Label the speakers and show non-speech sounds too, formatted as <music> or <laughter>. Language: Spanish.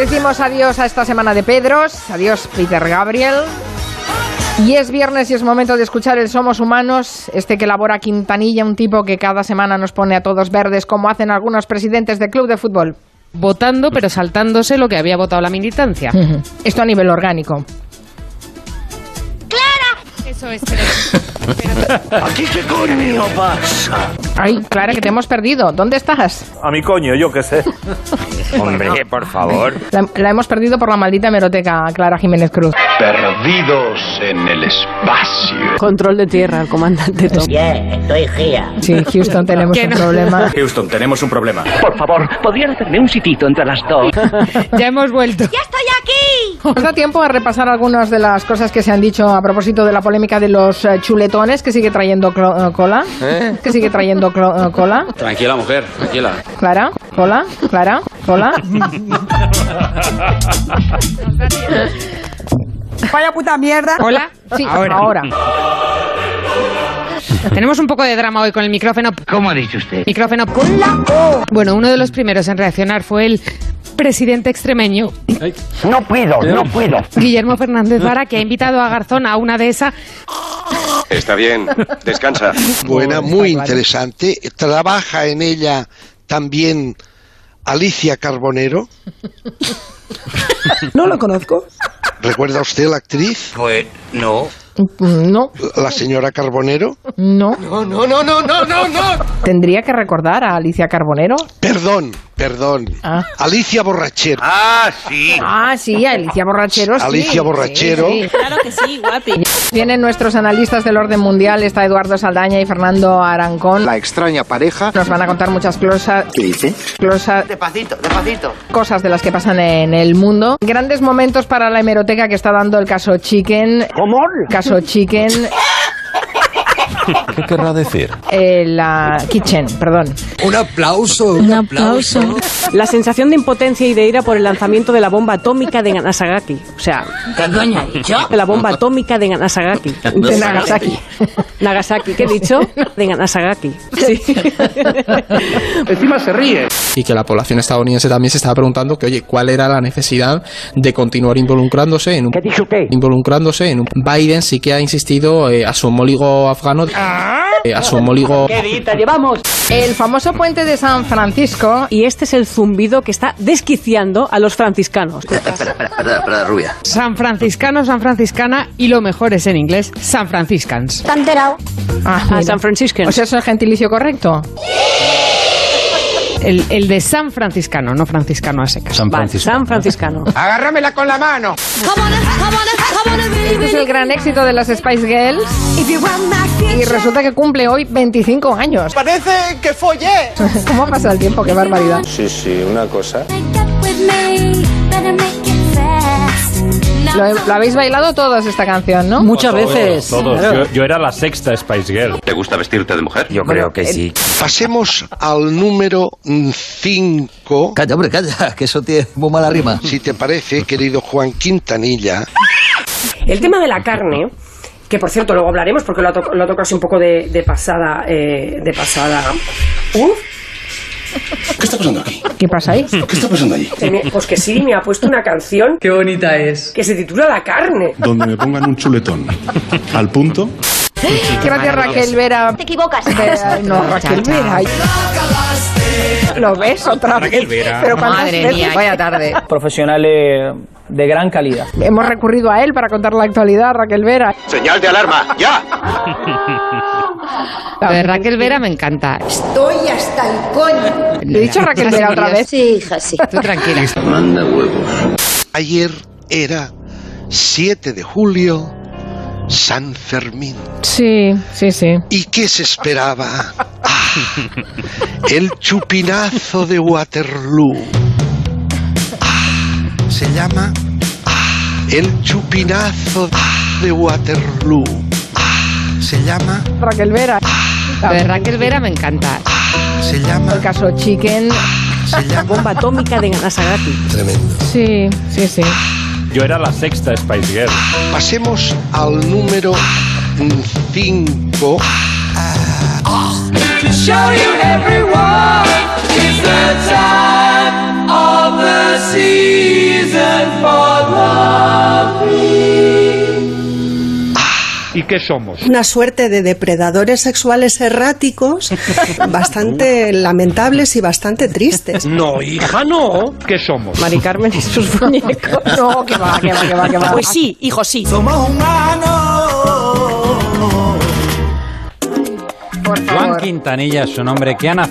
Speaker 1: decimos adiós a esta semana de Pedros, adiós Peter Gabriel. Y es viernes y es momento de escuchar el Somos Humanos, este que elabora Quintanilla, un tipo que cada semana nos pone a todos verdes, como hacen algunos presidentes de club de fútbol.
Speaker 2: Votando, pero saltándose lo que había votado la militancia.
Speaker 1: Ujú. Esto a nivel orgánico.
Speaker 2: Eso es. pero- pero
Speaker 3: ¿Aquí qué coño pasa?
Speaker 1: Ay, Clara, que te hemos perdido. ¿Dónde estás?
Speaker 3: A mi coño, yo qué sé.
Speaker 4: Hombre, por favor.
Speaker 1: La, la hemos perdido por la maldita hemeroteca, Clara Jiménez Cruz.
Speaker 5: Perdidos en el espacio.
Speaker 6: <laughs> Control de tierra al comandante Tom.
Speaker 1: Sí, Houston, tenemos
Speaker 2: Que
Speaker 1: un
Speaker 2: no. <laughs>
Speaker 1: problema.
Speaker 3: Houston, tenemos un problema.
Speaker 7: Por favor, ¿podrían hacerme un sitito entre las
Speaker 3: <laughs>
Speaker 7: dos?
Speaker 2: Ya hemos vuelto.
Speaker 1: Nos da tiempo a repasar algunas de las cosas que se han dicho a propósito de la polémica de los eh, chuletones que sigue trayendo clo- eh, cola. Que sigue trayendo clo- eh, cola.
Speaker 8: Tranquila, mujer, tranquila.
Speaker 1: Clara, cola, Clara, cola.
Speaker 9: Vaya puta mierda.
Speaker 2: Hola.
Speaker 1: Sí, ahora.
Speaker 2: Tenemos un poco de drama hoy con el micrófono.
Speaker 7: ¿Cómo ha dicho usted?
Speaker 2: Micrófono. Con la O. Bueno, uno de los primeros en reaccionar fue el presidente extremeño
Speaker 7: No puedo, no puedo.
Speaker 2: Guillermo Fernández Vara, que ha invitado a Garzón a una de esas.
Speaker 5: Está bien, descansa.
Speaker 10: buena,
Speaker 1: Bueno,
Speaker 10: muy
Speaker 1: está claro.
Speaker 10: interesante. Trabaja en ella también Alicia Carbonero.
Speaker 9: No lo conozco.
Speaker 10: ¿Recuerda usted la actriz,
Speaker 8: Pues no.
Speaker 1: Mm, No,
Speaker 10: la señora Carbonero?
Speaker 1: no. No, no, no, no, no, no. Tendría que recordar a Alicia Carbonero.
Speaker 10: Perdón, perdón.
Speaker 1: Ah.
Speaker 10: Alicia Borrachero.
Speaker 8: Ah, sí.
Speaker 1: Ah, sí, Alicia Borrachero. sí.
Speaker 10: Alicia Borrachero.
Speaker 1: Sí, sí.
Speaker 6: Claro que sí, guapi.
Speaker 1: Vienen nuestros analistas del orden mundial. Está Eduardo Saldaña y Fernando Arancón.
Speaker 5: La extraña pareja.
Speaker 1: Nos van a contar muchas cosas.
Speaker 5: ¿Qué dice?
Speaker 1: cosas
Speaker 7: Despacito, despacito.
Speaker 1: cosas de las que pasan en el mundo. Grandes momentos para la hemeroteca que está dando el caso Chicken. ¿Cómo? Caso Chicken. ¿Qué querrá decir? Eh, la Kitchen, perdón.
Speaker 3: Un aplauso, un, aplauso.
Speaker 6: La sensación de impotencia y de ira por el lanzamiento de la bomba atómica de Nagasaki. O sea,
Speaker 7: ¿Qué coño ha dicho?
Speaker 6: de la bomba atómica de Nagasaki.
Speaker 1: De Nagasaki.
Speaker 6: Nagasaki, ¿qué he dicho? De Nagasaki. Sí.
Speaker 8: Encima se ríe.
Speaker 4: Y que la población estadounidense también se estaba preguntando que, oye, ¿cuál era la necesidad de continuar involucrándose en un...
Speaker 7: dice usted?
Speaker 4: Involucrándose en un... Biden sí que ha insistido eh, a su homólogo afgano... eh, a su homólogo...
Speaker 7: dita llevamos?
Speaker 1: El famoso puente de San Francisco.
Speaker 6: Y este es el zumbido que está desquiciando a los franciscanos.
Speaker 8: Espera, espera, espera, espera, rubia.
Speaker 2: San franciscano, San franciscana y lo mejor es en inglés, San Franciscans.
Speaker 1: Ah,
Speaker 6: A
Speaker 1: mira.
Speaker 6: San Francisco.
Speaker 1: O sea, ¿es el gentilicio correcto?
Speaker 2: El, el de San franciscano, no franciscano a secas.
Speaker 6: Vale, San Franciscano.
Speaker 4: ¡Agárramela con la mano!
Speaker 1: Este es el gran éxito de las Spice Girls. Y resulta que cumple hoy 25 años. ¡Parece que follé! <laughs> ¿Cómo pasa el tiempo? ¡Qué barbaridad!
Speaker 5: Sí, sí, una cosa.
Speaker 1: Lo, he- lo habéis bailado todos esta canción, ¿no?
Speaker 6: Muchas veces.
Speaker 3: Todos. Yo, yo era la sexta Spice Girl.
Speaker 5: ¿Te gusta vestirte de mujer?
Speaker 8: Yo creo que sí.
Speaker 10: Pasemos al número 5.
Speaker 3: Calla, hombre, calla, que eso tiene muy mala rima.
Speaker 10: Si te parece, querido Juan Quintanilla,
Speaker 9: El tema de la carne, que por cierto luego hablaremos porque lo ha, to- lo ha tocado así un poco de, de pasada. eh, de pasada. Uf,
Speaker 5: ¿Qué está pasando aquí?
Speaker 1: ¿Qué pasa ahí?
Speaker 5: ¿Qué está pasando allí?
Speaker 9: se me- pues que sí, me ha puesto una canción. Qué bonita es. Que se titula La carne.
Speaker 5: Donde me pongan un chuletón. Al punto.
Speaker 1: Gracias Raquel Vera.
Speaker 11: Te equivocas.
Speaker 1: Vera- no, Raquel Vera. Ay. Lo ves otra vez.
Speaker 3: Raquel Vera.
Speaker 1: Pero cuántas veces-
Speaker 2: vaya tarde.
Speaker 7: Profesionales de gran calidad.
Speaker 1: Hemos recurrido a él para contar la actualidad, Raquel Vera.
Speaker 5: Señal de alarma, ya.
Speaker 2: Lo de Raquel Vera me encanta.
Speaker 11: Estoy hasta el coño.
Speaker 1: He dicho Raquel Vera otra vez.
Speaker 11: Sí, hija, sí.
Speaker 2: Tú tranquila.
Speaker 10: ayer era 7 de julio, San Fermín.
Speaker 1: Sí, sí, sí.
Speaker 10: ¿Y qué se esperaba? Ah, el chupinazo de Waterloo. Ah, se llama ah, el chupinazo ah, de Waterloo. Ah, se llama,
Speaker 1: Raquel Vera.
Speaker 2: Lo de Raquel Vera me encanta.
Speaker 10: se
Speaker 1: El
Speaker 10: llama,
Speaker 1: caso Chicken.
Speaker 10: se llama.
Speaker 6: Bomba atómica de Nagasaki.
Speaker 10: Tremendo.
Speaker 1: Sí, sí, sí.
Speaker 3: Yo era la sexta Spice Girl.
Speaker 10: Pasemos al número 5.
Speaker 12: qué somos?
Speaker 1: Una suerte de depredadores sexuales erráticos
Speaker 13: <laughs>
Speaker 1: bastante lamentables y bastante tristes.
Speaker 12: No, hija, no. ¿Qué somos?
Speaker 6: Mari Carmen y
Speaker 13: <laughs>
Speaker 6: sus muñecos.
Speaker 13: No, que va, que va, que va, que va.
Speaker 6: Pues sí, hijo, sí.
Speaker 14: Somos humanos.
Speaker 13: Por
Speaker 7: Juan
Speaker 13: favor.
Speaker 7: Quintanilla es un hombre que ha nacido